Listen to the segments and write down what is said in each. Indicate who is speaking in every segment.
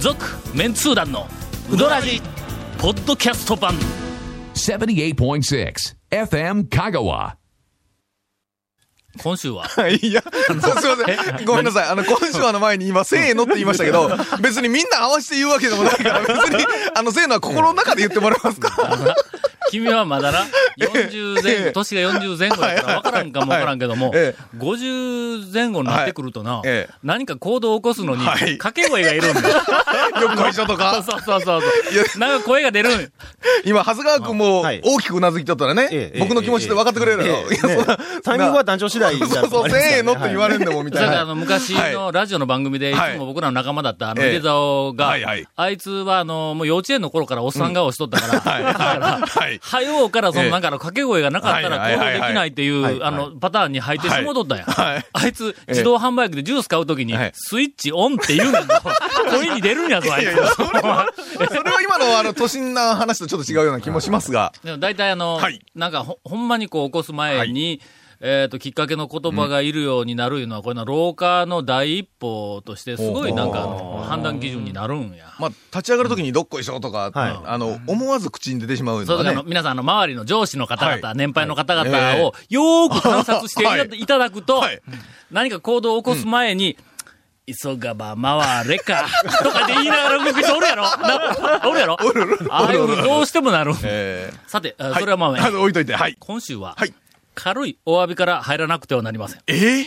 Speaker 1: 続メンツー団のウドラジポッドキャスト版
Speaker 2: 78.6 FM Kagawa.
Speaker 1: 今週 は
Speaker 3: いや、そうすい ません。ごめんなさい。あの、今週はの前に今、せーのって言いましたけど、別にみんな合わせて言うわけでもないから、別に、あの、せーのは心の中で言ってもらえますか
Speaker 1: 君はまだな40前後年が40前後だから分からんかも分からんけども
Speaker 3: え
Speaker 1: 50前後になってくるとな
Speaker 3: ええ
Speaker 1: 何か行動を起こすのに
Speaker 3: はい
Speaker 1: 掛け声がいるんだよ
Speaker 3: よっこいしょとか。
Speaker 1: そうそうそうそうなんか声が出るんよ
Speaker 3: 今、長谷川君も
Speaker 4: はい
Speaker 3: 大きくうなずきとったら
Speaker 4: え
Speaker 3: ね
Speaker 4: え、
Speaker 3: 僕の気持ちで分かってくれるやろ。いや、
Speaker 4: ね
Speaker 3: そんな
Speaker 4: タイミングは団長次第
Speaker 3: そ
Speaker 4: み
Speaker 3: う
Speaker 4: たいな
Speaker 3: そ
Speaker 4: と
Speaker 3: う
Speaker 4: こ
Speaker 3: そ
Speaker 4: あり
Speaker 3: う、
Speaker 4: ますからね
Speaker 3: せーのって言われんでもみ
Speaker 1: だ
Speaker 3: たい
Speaker 1: からあ
Speaker 3: な。
Speaker 1: の昔のラジオの番組でい
Speaker 3: はい
Speaker 1: つも僕らの仲間だったあの
Speaker 3: ええ
Speaker 1: 池澤が
Speaker 3: はいはい、
Speaker 1: あいつはあのもう幼稚園の頃からおっさん顔しとったから、だから、
Speaker 3: はい。
Speaker 1: はようからその
Speaker 3: ええ
Speaker 1: なんかあの掛け声がなかったら
Speaker 3: はい
Speaker 1: 行
Speaker 3: はいはいは
Speaker 1: 動
Speaker 3: い
Speaker 1: できないってい
Speaker 4: はいう
Speaker 1: あのパターンに入ってしもうとったんやん。
Speaker 3: はい。
Speaker 1: あいつ、自動販売機でジュース買うときに
Speaker 3: はい、
Speaker 1: スイッチオンって言うん だぞ。声に出るんやぞ、あい
Speaker 3: いやいやそれ
Speaker 1: つ。
Speaker 3: それは今の、あの、都心な話とちょっと違うような気もしますが。
Speaker 1: でも大体あの
Speaker 3: はい、
Speaker 1: なんかほほんまにこう起こす前に、えっと、きっかけの言葉がいるようになるいうのは、これな、老化の第一歩として、すごいなんかあの判断基準になるんや。
Speaker 3: まあ、立ち上がるときにどっこいしょとか、
Speaker 4: はい
Speaker 3: あの、思わず口に出てしまう
Speaker 1: そ
Speaker 3: の
Speaker 1: うだか
Speaker 3: は
Speaker 1: らあの。
Speaker 3: ね
Speaker 1: 皆さん、あの、周りの上司の方々、
Speaker 3: は
Speaker 1: 年配の方々を、
Speaker 3: はい
Speaker 1: よーく観察していた
Speaker 3: はい
Speaker 1: いただくと、
Speaker 3: はい
Speaker 1: 何か行動を起こす前に、急がば回れか、とかって言いながら動く人おるやろなおるやろああいうふうにどうしてもなる。
Speaker 3: えー
Speaker 1: さて、あ
Speaker 3: はい
Speaker 1: それはまあ、
Speaker 3: あの置いといて、はい。
Speaker 1: 今週は、
Speaker 3: はい
Speaker 1: 軽いお詫びから入らなくてはなりません。
Speaker 3: えー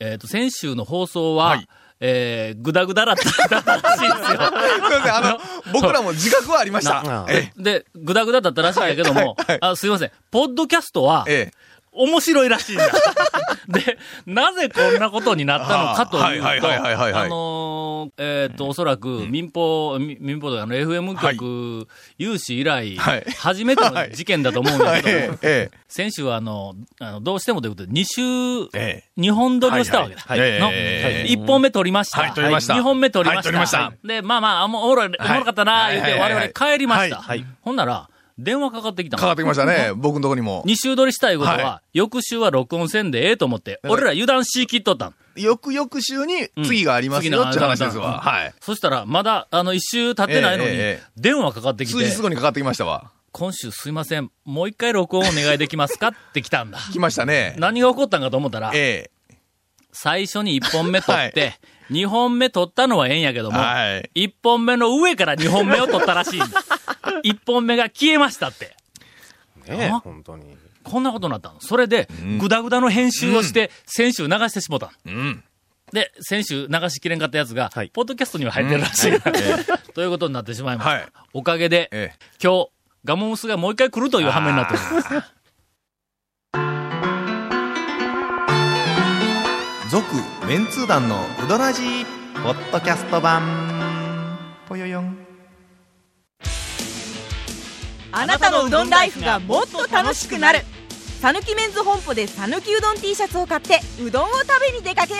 Speaker 1: えっ、と、先週の放送は、
Speaker 3: はい
Speaker 1: えー、ぐだぐだだっただった らしいですよ。
Speaker 3: すいません、あの、僕らも自覚はありました
Speaker 4: な。
Speaker 3: え
Speaker 1: で、ぐだぐだだったらしいんだけども、あすいません、ポッドキャストは、
Speaker 3: え、え
Speaker 1: 面白いらしいんだ。で、なぜこんなことになったのかという
Speaker 3: はいはいはいはい
Speaker 1: と、
Speaker 3: はい
Speaker 1: あのーえっ、と、おそらく民放、み民放というかあの FM 局、有志以来、
Speaker 3: はい
Speaker 1: 初めての事件だと思うんだ
Speaker 3: え、
Speaker 1: けど、
Speaker 3: ええ、
Speaker 1: 先週はあの、あのどうしてもということで、2週、
Speaker 3: ええ
Speaker 1: 二本撮りをしたわけだ。
Speaker 3: はいはいはい
Speaker 1: の
Speaker 3: ええ
Speaker 1: 一本目撮りました。
Speaker 3: はい撮りました
Speaker 1: 二本目撮りま
Speaker 3: はい
Speaker 1: した。
Speaker 3: 撮りました
Speaker 1: で、まあまあ、あんまおもろい、おもろかったな、
Speaker 3: はい
Speaker 1: 言って、
Speaker 3: はいはいはい
Speaker 1: 我々帰りました。
Speaker 3: はい
Speaker 4: はい
Speaker 1: ほんなら、電話かかってきたの
Speaker 3: かかってきましたね、僕のとこにも。
Speaker 1: 二週撮りしたいことは、
Speaker 3: は
Speaker 1: 翌週は録音せんでええと思って、俺ら油断しきっとったん。
Speaker 3: 翌々週に次がありますよっていう話ですわ。はい。
Speaker 1: そしたら、まだ、あの、一週経ってないのに
Speaker 3: ええええええ、
Speaker 1: 電話かかってき
Speaker 3: 数
Speaker 1: て、
Speaker 3: 日後にかかってきましたわ。
Speaker 1: 今週すいません、もう一回録音お願いできますかって来た んだ。
Speaker 3: 来ましたね。
Speaker 1: 何が起こったんかと思ったら、
Speaker 3: え
Speaker 1: 最初に一本目撮っ
Speaker 3: は
Speaker 1: て、二本目撮ったのはええんやけど
Speaker 3: え、
Speaker 1: も、
Speaker 3: はい。
Speaker 1: 一本目の上から二本目を撮ったらしいん だ。一本目が消えましたって。
Speaker 4: ね
Speaker 1: あ
Speaker 4: 本当に。
Speaker 1: こんなことになったの。それで、ぐだぐだの編集をして、先週流してしもたの。
Speaker 3: うん。
Speaker 1: で、先週流しきれんかったやつが、
Speaker 4: はい
Speaker 1: ポッドキャストには入ってるらしい。ということになってしまいました。
Speaker 3: はい
Speaker 1: おかげで、
Speaker 3: ええ。
Speaker 1: 今日、ガモムスがもう一回来るという羽目になっております。
Speaker 3: 続、メンツー団のうどらじポッドキャスト版。ぽよよん。
Speaker 5: あなたのうどんライフがもっと楽しくなるさぬきメンズ本舗でさぬきうどん T シャツを買ってうどんを食べに出かけよ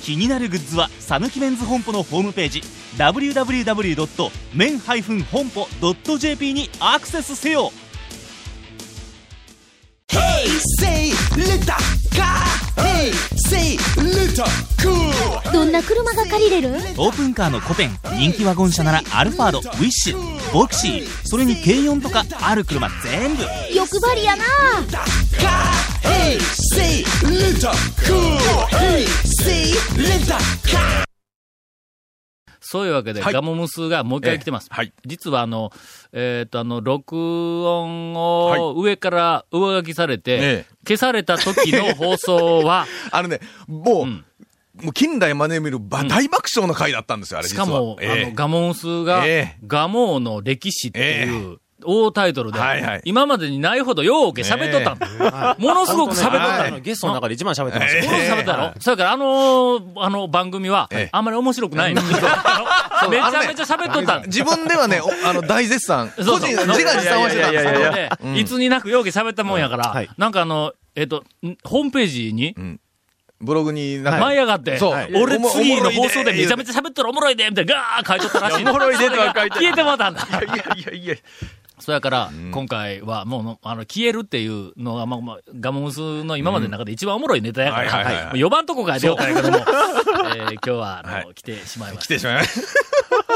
Speaker 6: 気になるグッズはさぬきメンズ本舗のホームページ www.men-honpo.jp にアクセスせよ
Speaker 7: say little car hey say little cool
Speaker 8: どんな車が借りれる
Speaker 6: オープンカーの古典人気ワゴン車ならアルファードウィッシュボクシーそれに軽4とかある車全部
Speaker 8: 欲張りやな
Speaker 7: car hey say little cool hey say little
Speaker 1: そういうわけで、
Speaker 3: はい
Speaker 1: ガモムスがもう一回来てます。
Speaker 3: ええはい
Speaker 1: 実はあの、えっ、と、あの、録音を上から上書きされて、
Speaker 3: え
Speaker 1: 消された時の放送は、
Speaker 3: あのね、もう、
Speaker 1: うん
Speaker 3: もう近代真似見るば大爆笑の回だったんですよ、あれ
Speaker 1: し
Speaker 3: 実は。
Speaker 1: かも、あ
Speaker 3: え
Speaker 1: の、ガモンスが、
Speaker 3: ええ
Speaker 1: ガモーの歴史っていう、大タイトルで、
Speaker 3: はいはい
Speaker 1: 今までにないほどようけ喋っとったの、ものすごく喋っとった
Speaker 3: はい
Speaker 1: の。
Speaker 4: ゲストの中で一番喋ってま
Speaker 3: え
Speaker 4: し
Speaker 3: え
Speaker 4: た
Speaker 1: ものすごく喋ったの。それから、あのーあの番組は
Speaker 3: ええ、
Speaker 1: あんまり面白くないんですよあのめちゃめちゃ喋っとったの
Speaker 3: え。 自分ではね、おあの、大絶賛。個
Speaker 1: そう
Speaker 3: 人、
Speaker 1: そう
Speaker 3: 自画自賛はしてたんですけ
Speaker 1: な
Speaker 3: ど
Speaker 1: の。で、いつになくようけ喋ったもんやから、
Speaker 4: はい
Speaker 1: なんかあの、えっ、と、んホームページに、
Speaker 3: ブログになんか
Speaker 1: 舞い上がって、
Speaker 3: そう
Speaker 1: 俺
Speaker 3: おも
Speaker 1: 次の放送で
Speaker 3: おもろいで
Speaker 1: めちゃめちゃ喋ったらおもろいで、みたいな、ガーッ書いとったらしい。おもろいでとは書いて。消えてもうたんだ。いやいやいや。そやから、今回はもうの、あの、消えるっていうのが、まあ、まあ、ガモムスの今までの中で一番おもろいネタやか
Speaker 3: はいはいはい
Speaker 1: ら、もう呼ばんとこから出ようかやけども、えー今日は、あの、来てしまいま
Speaker 3: 来
Speaker 1: して
Speaker 3: しまいました。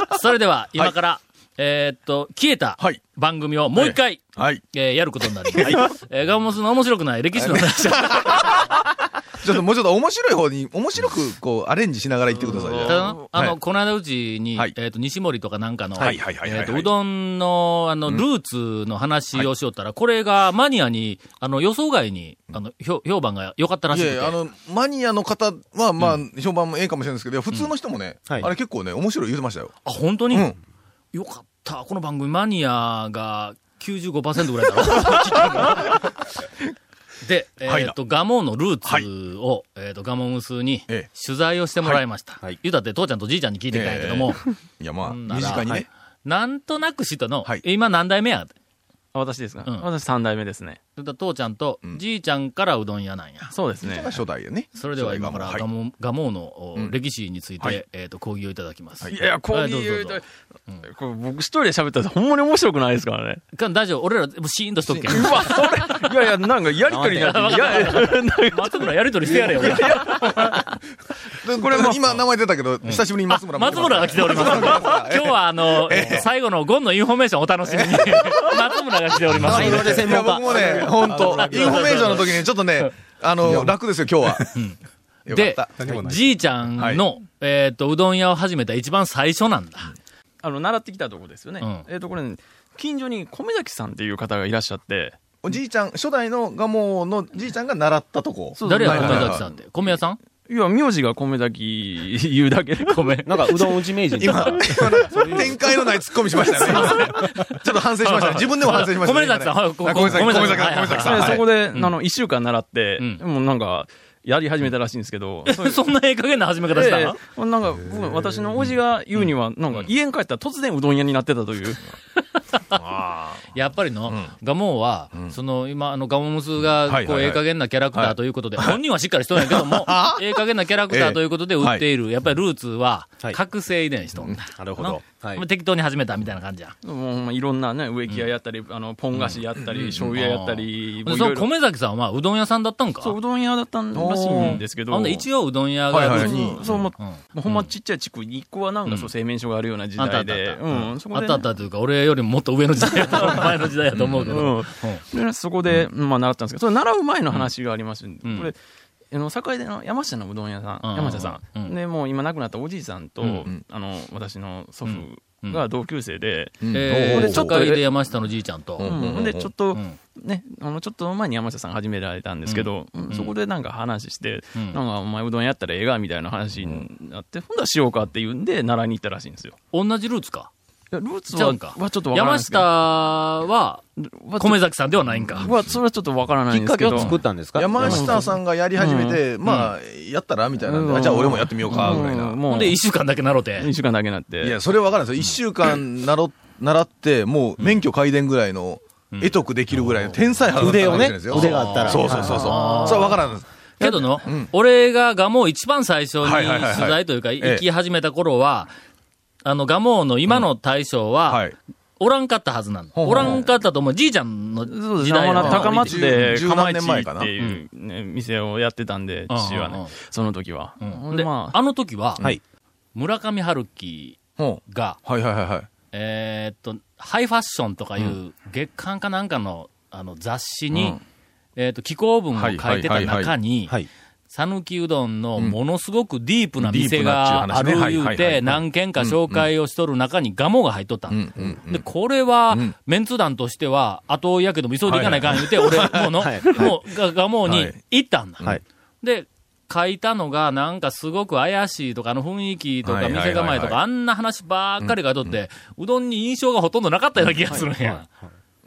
Speaker 1: た。それでは、今から、えーっと、消えた
Speaker 3: はい
Speaker 1: 番組をもう一回、
Speaker 3: はい。
Speaker 1: えーやることになります。えーガモムスの面白くない歴史の話を
Speaker 3: ちょっともうちょっと面白い方に、面白くこうアレンジしながら言ってください。
Speaker 1: ただなあの、
Speaker 3: はい
Speaker 1: この間うちに、
Speaker 3: はい
Speaker 1: えっ、と、西森とかなんかの、
Speaker 3: はいはいはいはい
Speaker 1: え
Speaker 3: は
Speaker 1: っ、
Speaker 3: い
Speaker 1: と、うどんの、あの、ルーツの話をしよったら、これがマニアに、あの、予想外に、あの、評評判が良かったらし
Speaker 3: い
Speaker 1: くて。
Speaker 3: やいや、あの、マニアの方は、まあ、評判もええかもしれないですけど、いや普通の人もね、
Speaker 4: はい
Speaker 3: あれ結構ね、面白い言ってましたよ。
Speaker 1: あ本当に、
Speaker 3: うん
Speaker 1: よかった。この番組、マニアが95%ぐらいだろ。 で、えっ、
Speaker 3: はいな
Speaker 1: と、ガモのルーツを、えっ、と、ガモムスに
Speaker 3: ええ
Speaker 1: 取材をしてもらいました。
Speaker 4: はい
Speaker 1: 言うたって、父ちゃんとじいちゃんに聞いてきたんやけども、
Speaker 3: いや、まあ、
Speaker 1: ほんな
Speaker 3: 身
Speaker 1: ら
Speaker 3: 近に
Speaker 1: は
Speaker 3: ね
Speaker 1: い。なんとなく知ったの、
Speaker 3: はい
Speaker 1: 今何代目や
Speaker 9: あ私ですか、
Speaker 1: うん
Speaker 9: 私3代目ですね。
Speaker 1: だから父ちゃんと
Speaker 3: ん
Speaker 1: じいちゃんからうどん屋なんや。
Speaker 9: そうですね。
Speaker 3: 初代やね。
Speaker 1: それでは今から
Speaker 3: はい
Speaker 1: ガモ,、ガモーのお
Speaker 3: うん
Speaker 1: 歴史について、
Speaker 3: はい
Speaker 1: えっ、と、講義をいただきます。
Speaker 9: いやいや、こうい
Speaker 1: は
Speaker 9: う、
Speaker 1: どぞど
Speaker 9: これ僕一人で喋ったらほんまに面白くないです からね。
Speaker 1: うぞ大丈夫、俺らもうシーンとしとくけん。
Speaker 9: うわ、それ、いやいや、なんかやりとりになって、いや、
Speaker 1: 松村やりとりしてやれよ、俺ら
Speaker 3: でこれ、今、名前出たけど、久しぶりに松村も
Speaker 1: 松村が来ております。 今日はあの、最後のゴンのインフォメーションをお楽しみに。 松村が来ております。
Speaker 4: いろいろ専
Speaker 3: いや、
Speaker 4: 門
Speaker 3: 僕
Speaker 4: 家。
Speaker 3: もね、本当インフォメーションの時に、ちょっとね、あの、楽ですよ、今日は。よかっ
Speaker 1: で
Speaker 3: た。、
Speaker 1: じいちゃんの、えっ、と、うどん屋を始めた一番最初なんだ。
Speaker 9: あの、習ってきたとこですよね。
Speaker 1: うん
Speaker 9: えっ、と、これ、近所に米崎さんっていう方がいらっしゃって、
Speaker 3: おじいちゃん、初代のガモのじいちゃんが習ったとこ。
Speaker 9: そう
Speaker 1: 誰や、
Speaker 9: はい
Speaker 1: 米
Speaker 9: はいはい
Speaker 1: 崎さんって。米屋さん
Speaker 9: いや、名字が米崎言うだけ で、米。
Speaker 4: なんか、うどん打ち名人とか。
Speaker 3: 展開のない突っ込みしました ね。ちょっと反省しましたね。自分でも反省しました
Speaker 1: 米
Speaker 3: ね。
Speaker 1: 崎さんはい
Speaker 3: あごめんなさい、
Speaker 1: ご
Speaker 3: ご
Speaker 1: めん
Speaker 3: めん
Speaker 1: なさ
Speaker 3: なさ
Speaker 1: い
Speaker 3: い、
Speaker 1: はい
Speaker 3: ごめんなさい。
Speaker 9: で
Speaker 3: は
Speaker 9: そ
Speaker 3: い
Speaker 9: こで、あの、1週間習って、
Speaker 1: うん
Speaker 9: もうなんか、やり始めたらしいんですけ ど、それ
Speaker 1: そんなええ加減な始め方した
Speaker 9: え
Speaker 1: の、
Speaker 9: えなんか、僕私のおじが言うには、なんか、家に帰ったら突然うどん屋になってたという。
Speaker 1: やっぱりの、ガモンは、その、今、あの、ガモムスが、
Speaker 3: はい
Speaker 1: こう、
Speaker 3: はいはい
Speaker 1: ええ加減なキャラクターということで、本人はしっかりしとんやけども、ええ加減なキャラクターということで売っている、やっぱりルーツは
Speaker 4: は、い
Speaker 1: 覚醒遺伝子とんだ。
Speaker 4: なるほ
Speaker 1: な
Speaker 4: ど。はい
Speaker 1: まあ。適当に始めたみたいな感じやん。
Speaker 9: もうほんまいろんなね、植木屋やったり、あの、ポン菓子やったり、醤油屋やったり、も
Speaker 1: で
Speaker 9: うい
Speaker 1: そ
Speaker 9: ろ
Speaker 1: の
Speaker 9: いろ。
Speaker 1: 米崎さんは、うどん屋さんだったんか
Speaker 9: そう、うどん屋だったらしいんですけど。
Speaker 1: あんで一応うどん屋
Speaker 3: はい
Speaker 1: が
Speaker 3: は
Speaker 1: ル
Speaker 3: い
Speaker 1: ーツ
Speaker 9: そうそう、もう
Speaker 1: うん
Speaker 9: もうほんまちっちゃい地区に一個はなんかそう、製麺所があるような時
Speaker 1: あったあ
Speaker 9: 代
Speaker 1: ったあ
Speaker 9: で。
Speaker 1: った。
Speaker 9: うん、そこ
Speaker 1: あっ
Speaker 9: で
Speaker 1: たあっ
Speaker 9: ね。
Speaker 1: たというか、俺よりももっと上の時代やと思う前の時代やと思うけど。
Speaker 9: うん。で、そこで、まあ、習ったんですけど、それ習う前の話がありますんで、
Speaker 1: うん
Speaker 9: これ、あの、堺での山下のうどん屋さん、
Speaker 1: うん
Speaker 9: 山下さん、
Speaker 1: うん
Speaker 9: で、もう今亡くなったおじいさんと、
Speaker 1: うん
Speaker 9: あの、私の祖父が同級生で、
Speaker 1: え
Speaker 9: う
Speaker 1: ー、
Speaker 9: ん
Speaker 1: ちょっとで山下のじいちゃんと。
Speaker 9: うんほんで、ちょっと、
Speaker 1: うん
Speaker 9: ね、あの、ちょっと前に山下さん始められたんですけど、うんそこでなんか話して、
Speaker 1: うん
Speaker 9: なんかお前うどんやったらええがみたいな話になって、ほんだらしようかって言うんで、習いに行ったらしいんですよ。
Speaker 1: 同じルーツか。
Speaker 9: いやルーツ
Speaker 1: ちゃ
Speaker 9: は
Speaker 1: うんか
Speaker 9: はちょっとわからない
Speaker 1: 山
Speaker 9: ですけど。
Speaker 1: 下は、
Speaker 9: は
Speaker 1: 米崎さんではないんか。
Speaker 9: は、それはちょっとわからな
Speaker 4: き
Speaker 9: い
Speaker 4: っ
Speaker 9: んで
Speaker 4: か
Speaker 9: すけ
Speaker 4: け
Speaker 9: ど。
Speaker 4: を作ったんですか
Speaker 3: 山下さんがやり始めて、まあ、やったらみたいなんで、あじゃあ俺もやってみようか、ぐらいな
Speaker 9: うん。
Speaker 1: ほ
Speaker 9: も
Speaker 1: ん
Speaker 9: う、
Speaker 1: で、
Speaker 9: 一
Speaker 1: 一週間だけなろう て。
Speaker 9: 週間だけなって。
Speaker 3: いや、それは分からないですよ。1週間なろ習って、もう免許改伝ぐらいの、得得できるぐらいの天才派だ
Speaker 4: 腕
Speaker 3: ったか
Speaker 4: を
Speaker 3: もしれない
Speaker 4: ね、
Speaker 3: ですよ
Speaker 4: 腕があったら。
Speaker 3: そうそうそうそう。それは分からないです。
Speaker 1: けどの、俺がガモを一番最初に
Speaker 3: はいはいはいはい
Speaker 1: 取材というか、
Speaker 3: え
Speaker 1: 行き始めた頃は、あの、ガモの今の大将
Speaker 3: は
Speaker 1: は、
Speaker 3: い。
Speaker 1: おらんかったはずなの。
Speaker 3: ほうほ
Speaker 1: お
Speaker 3: う
Speaker 1: らんかったと思う。じいちゃんの
Speaker 9: そう
Speaker 1: 時
Speaker 9: ですね。
Speaker 1: 代
Speaker 9: あ
Speaker 1: の
Speaker 9: の高松で、
Speaker 3: 十
Speaker 9: 釜
Speaker 3: 何
Speaker 9: 市
Speaker 3: 年前か
Speaker 9: っ
Speaker 3: な
Speaker 9: ていう、ね、店をやってたんで、父は
Speaker 1: うんうんうん
Speaker 9: ね、その時は。ほん
Speaker 1: で、
Speaker 9: で、まあ、
Speaker 1: あの時は、
Speaker 4: はい
Speaker 1: 村上春樹
Speaker 3: ほ
Speaker 1: が、
Speaker 3: うはいはいはいはい。
Speaker 1: えーっと、ハイファッションとかいう月刊かなんかのあの雑誌に、えーっと、気候文を書いてた中に
Speaker 4: はいはいはいはいはい、
Speaker 1: 讃岐うどんのものすごくディープな店が
Speaker 3: うん
Speaker 1: ある
Speaker 3: ディープなっちゅう話ね
Speaker 1: 言
Speaker 3: は
Speaker 1: う
Speaker 3: いはいは
Speaker 1: て、
Speaker 3: い
Speaker 1: 何軒か紹介をしとる中にガモが入っとったん
Speaker 3: うんうんうん
Speaker 1: で、これは
Speaker 3: うん、
Speaker 1: メンツ団としては、後追いやけども急いでいかないかん言うて、俺、もうの、
Speaker 4: はい
Speaker 1: もう、が、がもうに
Speaker 3: はい
Speaker 1: 行ったんだ。
Speaker 4: はい
Speaker 1: で、書いたのが、なんかすごく怪しいとか、あの雰囲気と
Speaker 3: は
Speaker 1: か、
Speaker 3: いはいはい
Speaker 1: 店構えとか、あんな話ばっかりがとって、うどんに印象がほとんどなかったような気がするんや。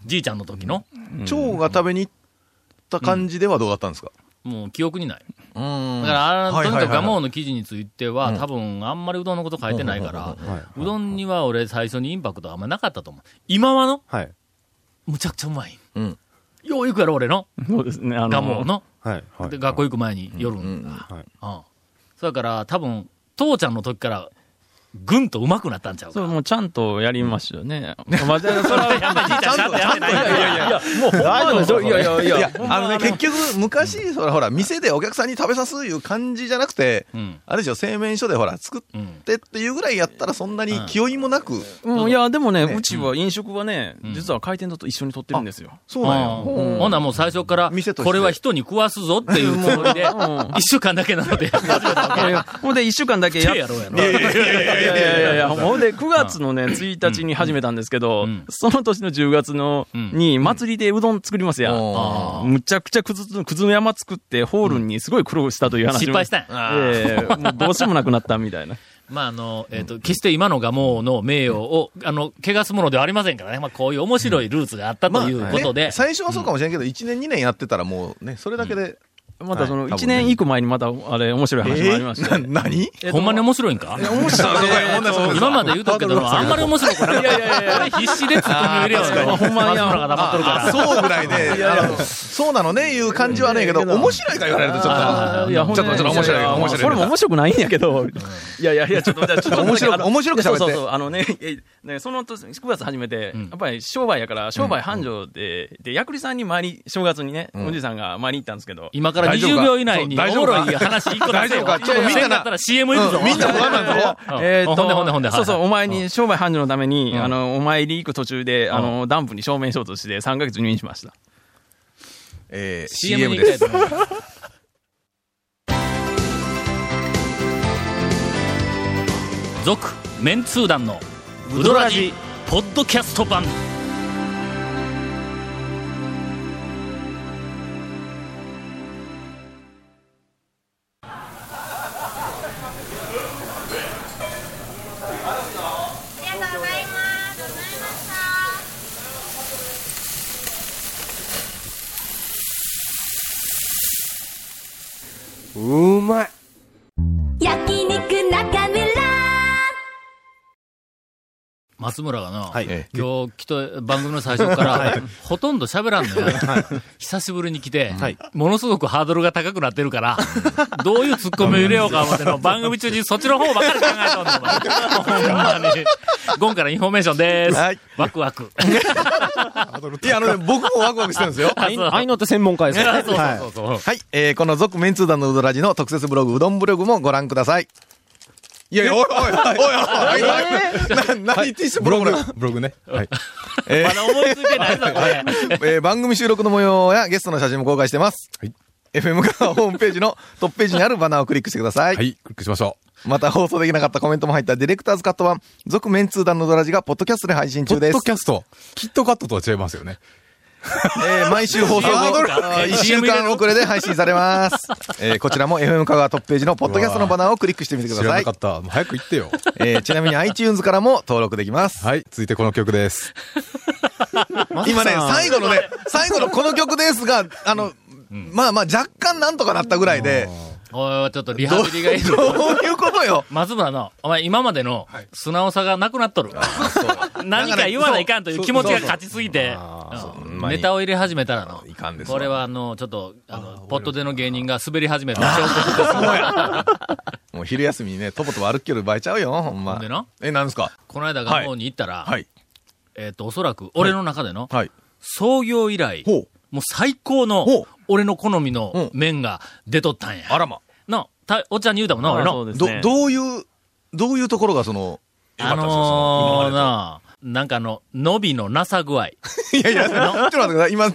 Speaker 1: じいちゃんの時の。
Speaker 3: 蝶が食べに行った感じではどうだったんですか
Speaker 1: もう記憶にない。
Speaker 3: う
Speaker 1: だ
Speaker 3: ん
Speaker 1: から、あの
Speaker 3: は
Speaker 1: と
Speaker 3: いはい
Speaker 1: に
Speaker 3: はい
Speaker 1: かくガモの記事については、多分、あんまりうどんのこと書いてないから、うどんには俺最初にインパクトはあんまりなかったと思う。今はの、
Speaker 4: はい。
Speaker 1: むちゃくちゃうまい。
Speaker 3: うん
Speaker 1: よう行くやろ、俺の。
Speaker 9: そうですね、あ
Speaker 1: ガモ
Speaker 9: の、
Speaker 1: の。
Speaker 4: はい。はい
Speaker 1: で、学校行く前に寄るんだ。
Speaker 4: はい
Speaker 1: うん。そうだから、多分、父ちゃんの時から、ぐんと上手くなったんちゃうか
Speaker 9: そう、もうちゃんとやりましたよね。ま あ、それ
Speaker 1: やっぱりじいちゃんちゃんとやってない
Speaker 9: いやいやいや、もう大丈夫ですよ。いやいやい
Speaker 3: い
Speaker 9: や、
Speaker 3: や、あのね、結局、昔、そらほら、店でお客さんに食べさすいう感じじゃなくて、
Speaker 1: ん
Speaker 3: あれでしょ、製麺所でほら、作ってっていうぐらいやったら、そんなに気負いもなく。
Speaker 9: うんいや、でもね、うちは飲食はね、実は回転と一緒に取ってるんですよ。
Speaker 3: そうなんや。
Speaker 1: うんほんならもう最初から、
Speaker 3: 店として
Speaker 1: これは人に食わすぞっていうつもりで、
Speaker 9: ん
Speaker 1: 一週間だけなので、
Speaker 9: ほんで、一週間だけや
Speaker 1: 手
Speaker 9: って
Speaker 1: やろうやろ。
Speaker 9: いやいやいやいや、ほんで、9月のね、1日に始めたんですけど
Speaker 1: ん、
Speaker 9: その年の10月の、
Speaker 1: ん
Speaker 9: に、祭りでうどん作りますやん。
Speaker 1: あ
Speaker 9: むちゃくちゃくず、くずの山作って、ホールにすごい苦労したという話も
Speaker 1: 失敗したんや
Speaker 9: ええもうどうしようもなくなったみたい な。
Speaker 1: まあ、あの、えっ、と、決して今のがもうの名誉を、あの、汚すものではありませんからね。まあ、こういう面白いルーツがあった
Speaker 3: まあ
Speaker 1: ということで。
Speaker 3: ね最初はそうかもしれんけど、1年、2年やってたら、もうね、それだけで。
Speaker 9: またその、
Speaker 3: はい多分
Speaker 9: 1年以降前にまた、あれ、面白い話もありました
Speaker 3: えーな何
Speaker 9: えっと
Speaker 1: ほんまに面白いんか
Speaker 9: 面白いね
Speaker 1: 今まで言うとくけど、あんまり面白くない。いやいやいや、俺必死で突っ込み入れようよ。
Speaker 9: ほんまに
Speaker 1: 松村が黙っとるから。
Speaker 3: そうぐらいで、あのそうなのね、いう感じはねえけど、面白いか言われるとちょっ
Speaker 9: あーいや、ほん
Speaker 3: と、ちょっと、ちょっと面白い、面白い。
Speaker 9: それも面白くないんやけど。いやいやいや、ちょっと、じゃあちょっと
Speaker 3: 面白く
Speaker 9: あの
Speaker 3: 面白く喋って
Speaker 9: いやそうそうそう、あのね、えねその年、9月始めて、やっぱり商売やから、商売繁盛で、で、薬理さんに周り、正月にね、おじさんが周りに行ったんですけど、
Speaker 1: 今から
Speaker 3: 大丈夫か
Speaker 1: 20秒以内にお
Speaker 3: そう大
Speaker 1: も
Speaker 3: 丈夫
Speaker 1: ろ
Speaker 3: か
Speaker 1: い話一個出せよ。
Speaker 3: 大丈夫かちょっとみんな
Speaker 1: せんかったら CM 行くぞ。
Speaker 3: うんみんな不安なんだぞ
Speaker 1: うん
Speaker 9: えーっと
Speaker 1: ほんでほんでほんで。
Speaker 9: そうそう、
Speaker 1: はい
Speaker 9: お前に、商売繁盛のために、
Speaker 1: ん
Speaker 9: あの、お前に行く途中で、あの、ダンプに正面衝突して3ヶ月入院しました。
Speaker 3: えー
Speaker 1: CM
Speaker 3: CM
Speaker 1: に
Speaker 3: で
Speaker 1: 行きた
Speaker 3: す
Speaker 1: い。と思います。続、メンツー団のウドラジポッドキャスト版。
Speaker 7: うまい
Speaker 8: 焼肉中村
Speaker 1: 松村がな、
Speaker 4: はい
Speaker 1: 今日来た番組の最初から、ほとんど喋らんのよ、久しぶりに来て、
Speaker 4: はい
Speaker 1: ものすごくハードルが高くなってるから、どういうツッコミを入れようか思っての、番組中にそっちの方ばっかり考えとんの、お前ほんまに。ゴンからインフォメーションです。
Speaker 3: はい
Speaker 1: ワクワク。
Speaker 3: いや、あのね、僕もワクワクしてるんですよ。
Speaker 1: あそう
Speaker 4: 愛のって専門家です からね
Speaker 1: そう
Speaker 4: はい
Speaker 1: そうそうそう。
Speaker 3: はい、えー、この続メンツー団のうどらじの特設ブログ、うどんブログもご覧ください。いやいや、おいおいおいおいおい、な、何ティッシュブログ
Speaker 10: ブログね。はい。
Speaker 3: え
Speaker 1: まだ思いついてないぞ、これ。
Speaker 3: ー、えー番組収録の模様やゲストの写真も公開してます。
Speaker 10: はい
Speaker 3: FM からホームページのトップページにあるバナーをクリックしてください。
Speaker 10: はい、クリックしましょ
Speaker 3: また放送できなかったコメントも入ったディレクターズカット版、続メンツー団のうどらじがポッドキャストで配信
Speaker 10: う。ポ
Speaker 3: 中
Speaker 10: ッ
Speaker 3: です
Speaker 10: ド。キャスト、キットカットとは違いますよね。
Speaker 3: えー毎週放送後、
Speaker 1: ハードル
Speaker 3: 1週間遅れで配信されます。 えーこちらも FM 香川トップページのポッドキャストのバナーをクリックしてみてくだ
Speaker 10: 知ら
Speaker 3: さ
Speaker 10: ないか。った。もう早く言ってよ。
Speaker 3: えーちなみに iTunes からも登録できます。
Speaker 10: はい、続いてこの曲です。
Speaker 3: 今ね、最後のね、最後のこの曲ですが、あの、まあまあ若干なんとかなったぐらいで、
Speaker 1: おい、ちょっとリハビリがいい
Speaker 3: どう
Speaker 1: ぞ。
Speaker 3: いうことよ。
Speaker 1: 松村の、お前今までの素直さがなくなっとる。 何か言わないかんという気持ちが勝ちすぎて、うんネタを入れ始めたらの。
Speaker 3: いかんですわ
Speaker 1: これはあの、ちょっと、あの、ポットでの芸人が滑り始めた証拠です
Speaker 3: もう昼休みにね、とぼとぼ歩きよる場合ちゃうよ、ほんま。
Speaker 1: ほんでな
Speaker 3: え、なんですか
Speaker 1: この間学校に行ったら、
Speaker 3: はい。
Speaker 1: えっと、おそらく、俺の中での、
Speaker 3: はい。
Speaker 1: 創業以来、
Speaker 3: ほう。
Speaker 1: もう最高の
Speaker 3: ほう、
Speaker 1: 俺の好み
Speaker 3: う
Speaker 1: の
Speaker 3: ん
Speaker 1: 麺が出とったんや。
Speaker 3: あらま。
Speaker 1: な、たおっちゃんに言うたもんな、俺
Speaker 9: そ
Speaker 1: の
Speaker 9: う。です
Speaker 3: ど
Speaker 9: ね、
Speaker 3: どういう、どういうところがその、
Speaker 1: あのー、なあ、なんかあの、伸びのなさ具合。
Speaker 3: いやいや、ちょっと待ってください。今、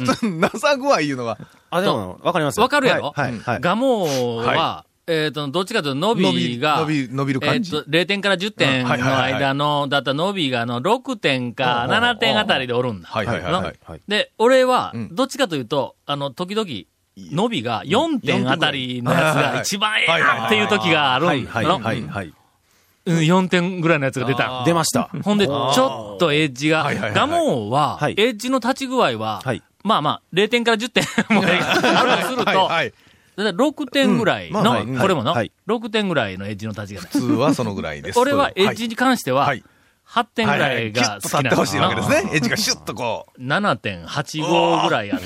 Speaker 3: なさ具合いうのが。
Speaker 4: あ、でも、わかります
Speaker 1: わかるやろ
Speaker 4: はい。はい。
Speaker 1: ガモーは、えっと、どっちかというと、伸びが、
Speaker 3: 伸び、伸びる感じ。
Speaker 1: えっと、0点から10点の間の、だったら伸びがあの、6点か7点あたりでおるんだ。
Speaker 3: はいはいはいはい
Speaker 1: ので、俺は
Speaker 3: う、ん
Speaker 1: どっちかというと、あの、時々、伸びが4点あたりのやつが一番ええなっていう時があるんだ。の
Speaker 4: はい。
Speaker 1: うん4点ぐらいのやつが出た。
Speaker 4: 出ました。
Speaker 1: ほんで、ちょっとエッジが、ガモーは
Speaker 4: はい、
Speaker 1: エッジの立ち具合は
Speaker 4: はい、
Speaker 1: まあまあ、0点から10点もあるとすると、
Speaker 3: はい。
Speaker 1: だから6点ぐらいの、
Speaker 3: うんまあはい
Speaker 1: これもの、
Speaker 4: はい
Speaker 1: 6点ぐらいのエッジの立ちがない
Speaker 3: 普通はそのぐらいです。
Speaker 1: 俺はエッジに関しては、
Speaker 3: はい
Speaker 1: 8点ぐら
Speaker 3: はいはいいキュッ
Speaker 1: が
Speaker 3: と
Speaker 1: 好きな
Speaker 3: 立っ
Speaker 1: ん
Speaker 3: て
Speaker 1: だ
Speaker 3: ほしいわけですね
Speaker 1: な。
Speaker 3: エッジがシュッとこ
Speaker 1: 7.85ぐらいあ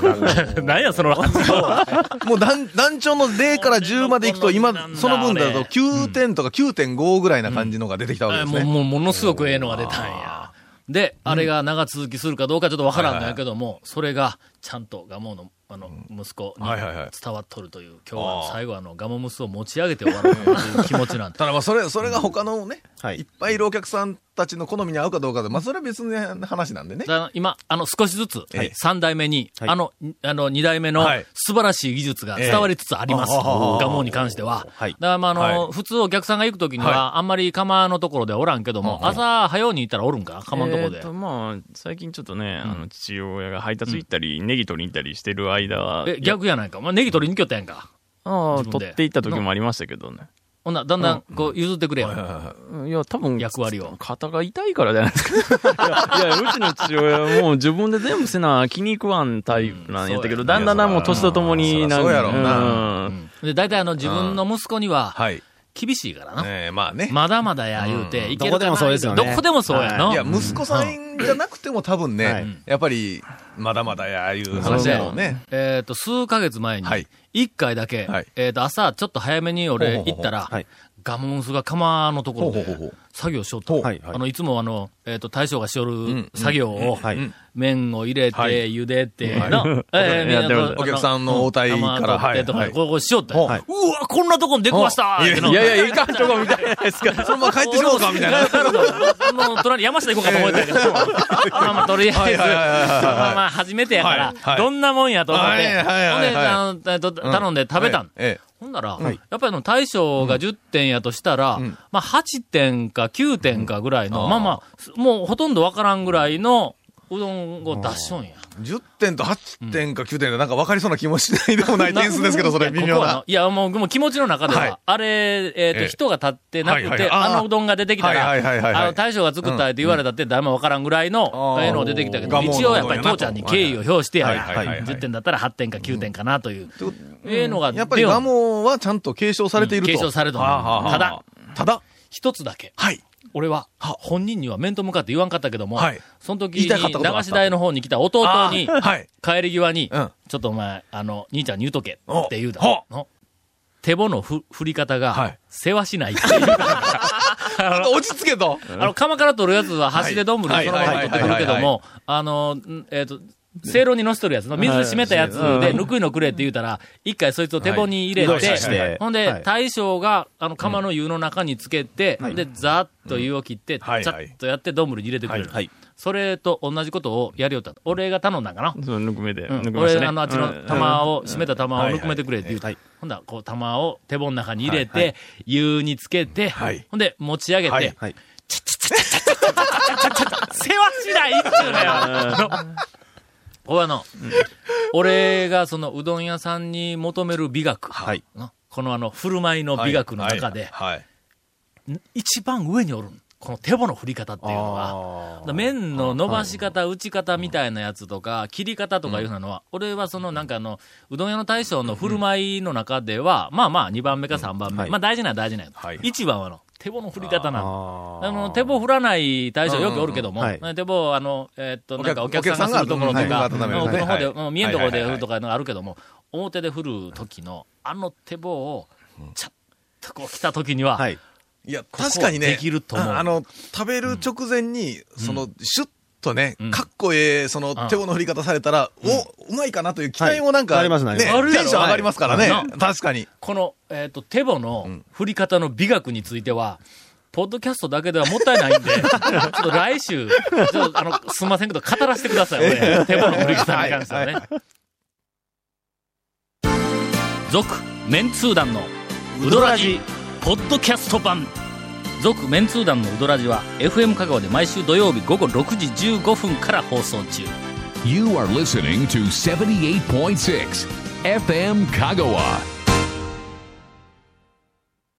Speaker 1: る。 なんや、その発想。
Speaker 3: う。もう団、団長の0から10までいくと、 今、その分だ
Speaker 1: 俺
Speaker 3: と9点とか9.5ぐらいな感じのが出てきたわけです
Speaker 1: もう、
Speaker 3: ね。
Speaker 1: もう、ものすごくええのが出たんや。で、あれが長続きするかどうかちょっとわからんのやけども、それが、ちゃんとガモの、あの、息子に
Speaker 3: はいはいはい
Speaker 1: 伝わっとるという、今日は最後あの、ガモ息子を持ち上げて終わるという気持ちなんだ。
Speaker 3: ただまあ、それ、それが他のね、
Speaker 4: はい
Speaker 3: いっぱいいるお客さんたちの好みに合うかどうかで、まあ、それは別の話なんでね
Speaker 1: だ。から今、あの、少しずつ、
Speaker 3: ええ
Speaker 1: 3代目に、
Speaker 4: はい
Speaker 1: あの、あの、2代目の
Speaker 3: はい
Speaker 1: 素晴らしい技術が伝わりつつあります。
Speaker 3: ええああ
Speaker 1: ガモに関しては。
Speaker 4: はい
Speaker 1: だから、まあ、あの、
Speaker 3: は
Speaker 1: 普通お客さんが行くときには、
Speaker 3: は
Speaker 1: あんまり釜のところではおらんけども、朝早うに行ったらおるんか釜のところで。
Speaker 9: えーとまあ、最近ちょっとね、あの、父親が配達行ったり、ネギ取りに行ったりしてる間は、
Speaker 1: え、逆やないか。まあ、ネギ取りに行きよったやんか。
Speaker 9: ああ、
Speaker 1: 自分で
Speaker 9: 取って行った時もありましたけどね。
Speaker 1: ほんならだんだん、こう、譲ってくれよ。
Speaker 9: いや、多分、
Speaker 1: 役割を
Speaker 9: 肩が痛いからじゃないですか。 いや、いやうちの父親はもう自分で全部せな、気に食わんタイプなんやったけど、
Speaker 1: うん
Speaker 9: だんだんだんもう年とともになんか、
Speaker 3: そりゃそうやろうな
Speaker 9: うん
Speaker 1: で、大体、あの、自分の息子には、
Speaker 3: はい。
Speaker 1: 厳しいからな。
Speaker 3: ええまあね。
Speaker 1: まだまだや、言うて、いけ
Speaker 4: どこ
Speaker 1: るかな
Speaker 4: でもそうですよね
Speaker 1: どこでもそうやの。
Speaker 3: いや、息子さんじゃなくても多分ね、
Speaker 4: はい
Speaker 3: やっぱり、まだまだや、いう話だよね。
Speaker 1: えっ、と、数ヶ月前に
Speaker 3: はい、
Speaker 1: 一回だけ、
Speaker 3: はい
Speaker 1: えっ、と、朝、ちょっと早めに俺
Speaker 3: ほうほ
Speaker 1: 行
Speaker 3: うほう
Speaker 1: ったら、
Speaker 4: はい
Speaker 1: ガモンスが釜のところ
Speaker 3: ほうほうほ
Speaker 1: で
Speaker 3: う、
Speaker 1: 作業しようと。
Speaker 4: はいはい
Speaker 1: あの、いつもあの、えっ、と、大将がしよる
Speaker 3: ん
Speaker 1: 作業を、
Speaker 4: はい
Speaker 1: 麺を入れて、
Speaker 3: はい
Speaker 1: 茹でて、
Speaker 3: はい
Speaker 1: なえーみん
Speaker 9: や
Speaker 1: な
Speaker 9: ってます
Speaker 1: こう
Speaker 3: お客さんの応対
Speaker 1: 玉
Speaker 3: から
Speaker 1: 取ってとか、
Speaker 3: はいはい
Speaker 1: こうこうしよったよ、
Speaker 3: はいう
Speaker 1: わ、こんなとこに出くわした
Speaker 3: いや
Speaker 1: ってない
Speaker 9: やいや、いかんとこみたいなです か。
Speaker 3: そのまま帰ってしまうか、みたい な。
Speaker 1: なるほど。もう、隣山下行こうかと思ってたけど、まあまあ、とりあえず、
Speaker 3: はいはいはいはいはい
Speaker 1: まあまあ、初めてやから、
Speaker 3: はいはい
Speaker 1: どんなもんやと思って、
Speaker 3: はいはいはいはい
Speaker 1: ほんで、あのえっと、頼んで食べたん。
Speaker 3: ええ
Speaker 1: ほんなら、やっぱりあの大将が10点やとしたら、まあ8点か9点かぐらいの、まあまあ、もうほとんどわからんぐらいのうどんを出しとんや。
Speaker 3: 10点と8点か9点でなんか分かりそうな気もしないでもない点数ですけど、それ微妙
Speaker 1: ここは
Speaker 3: な
Speaker 1: の。いや、もう、もう気持ちの中では、
Speaker 3: はい
Speaker 1: あれ、えっ、と、
Speaker 3: ええ
Speaker 1: 人が立ってなくて、
Speaker 3: はいはいあー
Speaker 1: あのうどんが出てきたら、
Speaker 3: はいはいはいはいはい
Speaker 1: あの、大将が作ったって言われたって、誰もわからんぐらいの、
Speaker 3: あ
Speaker 1: え
Speaker 3: ー
Speaker 1: えの出てきたけど、
Speaker 3: 蒲生の
Speaker 1: 一応やっぱり父ちゃんに敬意を表してや
Speaker 3: はいはいはいはい
Speaker 1: 10点だったら8点か9点かなという、ええのが出よ
Speaker 3: やっぱりガモはちゃんと継承されていると。
Speaker 1: 継承されると。
Speaker 3: はあはあはあ
Speaker 1: ただ、
Speaker 3: ただ、
Speaker 1: 一つだけ。
Speaker 3: はい。
Speaker 1: 俺は、本人には面と向かって言わんかったけども、
Speaker 3: はい
Speaker 1: その時
Speaker 3: 言
Speaker 1: に
Speaker 3: いたかったことが
Speaker 1: 流
Speaker 3: あった
Speaker 1: し台の方に来た弟に、
Speaker 3: はい。
Speaker 1: 帰り際に、
Speaker 3: うん
Speaker 1: ちょっとお前、あの、兄ちゃんに言うとけ
Speaker 3: お
Speaker 1: って言うだ
Speaker 3: ほ
Speaker 1: の。手棒のふ振り方が、
Speaker 3: はい
Speaker 1: 世話しないって いう。
Speaker 3: あと落ち着けと。
Speaker 1: あの、釜から取るやつは箸で丼そのま
Speaker 3: は
Speaker 1: ま取
Speaker 3: い
Speaker 1: ってくるけど
Speaker 3: はいはいはいは
Speaker 1: も、あの、んえっ、と、せいろにのしとるやつの、水湿ったやつで、ぬくいのくれって言うたら、一回そいつを手棒に入れ
Speaker 4: はい移動
Speaker 1: て、
Speaker 4: させて
Speaker 1: ほん
Speaker 4: は
Speaker 1: で
Speaker 4: い、
Speaker 1: 大将が、あの、釜の湯の中につけて、で、ざーっと湯を切って、ち
Speaker 3: は
Speaker 1: ゃ
Speaker 3: い
Speaker 1: っとやって丼に入れてくれる。それと同じことをやりよった。俺が頼んだんかな。
Speaker 9: そう、ぬくめで、
Speaker 1: うん
Speaker 9: ぬくめま
Speaker 1: 俺、
Speaker 9: したね。
Speaker 1: あの、あっちの
Speaker 9: うん
Speaker 1: 玉を、締めた玉を
Speaker 3: い
Speaker 1: ぬくめてくれって言う
Speaker 4: はい
Speaker 1: ほんだらこう、玉を手本の中に入れて、湯につけて、
Speaker 3: はい
Speaker 1: ほんで、持ち上げ
Speaker 3: はい
Speaker 1: て、
Speaker 4: はい。
Speaker 1: 世話しないっちゅうのよ。あのおあの、俺がそのうどん屋さんに求める美学。
Speaker 4: はい
Speaker 1: なこのあの、振る舞いの美学の中で、
Speaker 3: はい。はい
Speaker 1: 一番上におるんこの手棒の振り方っていうのは。だ麺の伸ばし方、打ち方みたいなやつとか、切り方とかいうのは、俺はそのなんかあの、うどん屋の大将の振る舞いの中では、まあまあ2番目か3番目。
Speaker 4: はい
Speaker 1: まあ大事なのは大事なやつ。
Speaker 3: はい
Speaker 1: 一番はあの、手棒の振り方なの。
Speaker 4: あ
Speaker 1: あの、手棒振らない大将よくおるけども、
Speaker 4: うんうんうんは
Speaker 1: 手棒、あの、えーっと、なんかお
Speaker 3: お
Speaker 1: 客
Speaker 3: 客
Speaker 1: さんがするところと
Speaker 3: お客
Speaker 1: か、
Speaker 3: さんが温める
Speaker 1: 奥の方で、
Speaker 3: はいはい
Speaker 1: うん見えんところで振るとかいうのがあるけども、表で振る時の、あの手棒を、ちゃっとこう来た時には、
Speaker 4: はい。
Speaker 3: いや、
Speaker 1: こ
Speaker 3: 確かにね。
Speaker 1: できると思う
Speaker 3: ああの、食べる直前に、その、シュッとね、かっこええ、その、手棒の振り方されたら、お、うまいかなという期待もなんか、
Speaker 4: はいなりますなり
Speaker 3: ね、
Speaker 4: ます
Speaker 1: あるや
Speaker 3: テ
Speaker 1: ろ
Speaker 3: ンション上がりますからね
Speaker 1: は。い
Speaker 3: 確かに。
Speaker 1: この、えっ、と、テボの振り方の美学については、ポッドキャストだけではもったいないん で、ちょっと来週、ちょっとあの、すみませんけど、語らせてください、俺。テボの振り方に関してはね。続、メンツー団の、ウドラジ、ポッドキャスト版。続、メンツー団のウドラジは、FM 香川で毎週土曜日午後6時15分から放送中。
Speaker 2: You are listening to 78.6 FM Kagawa.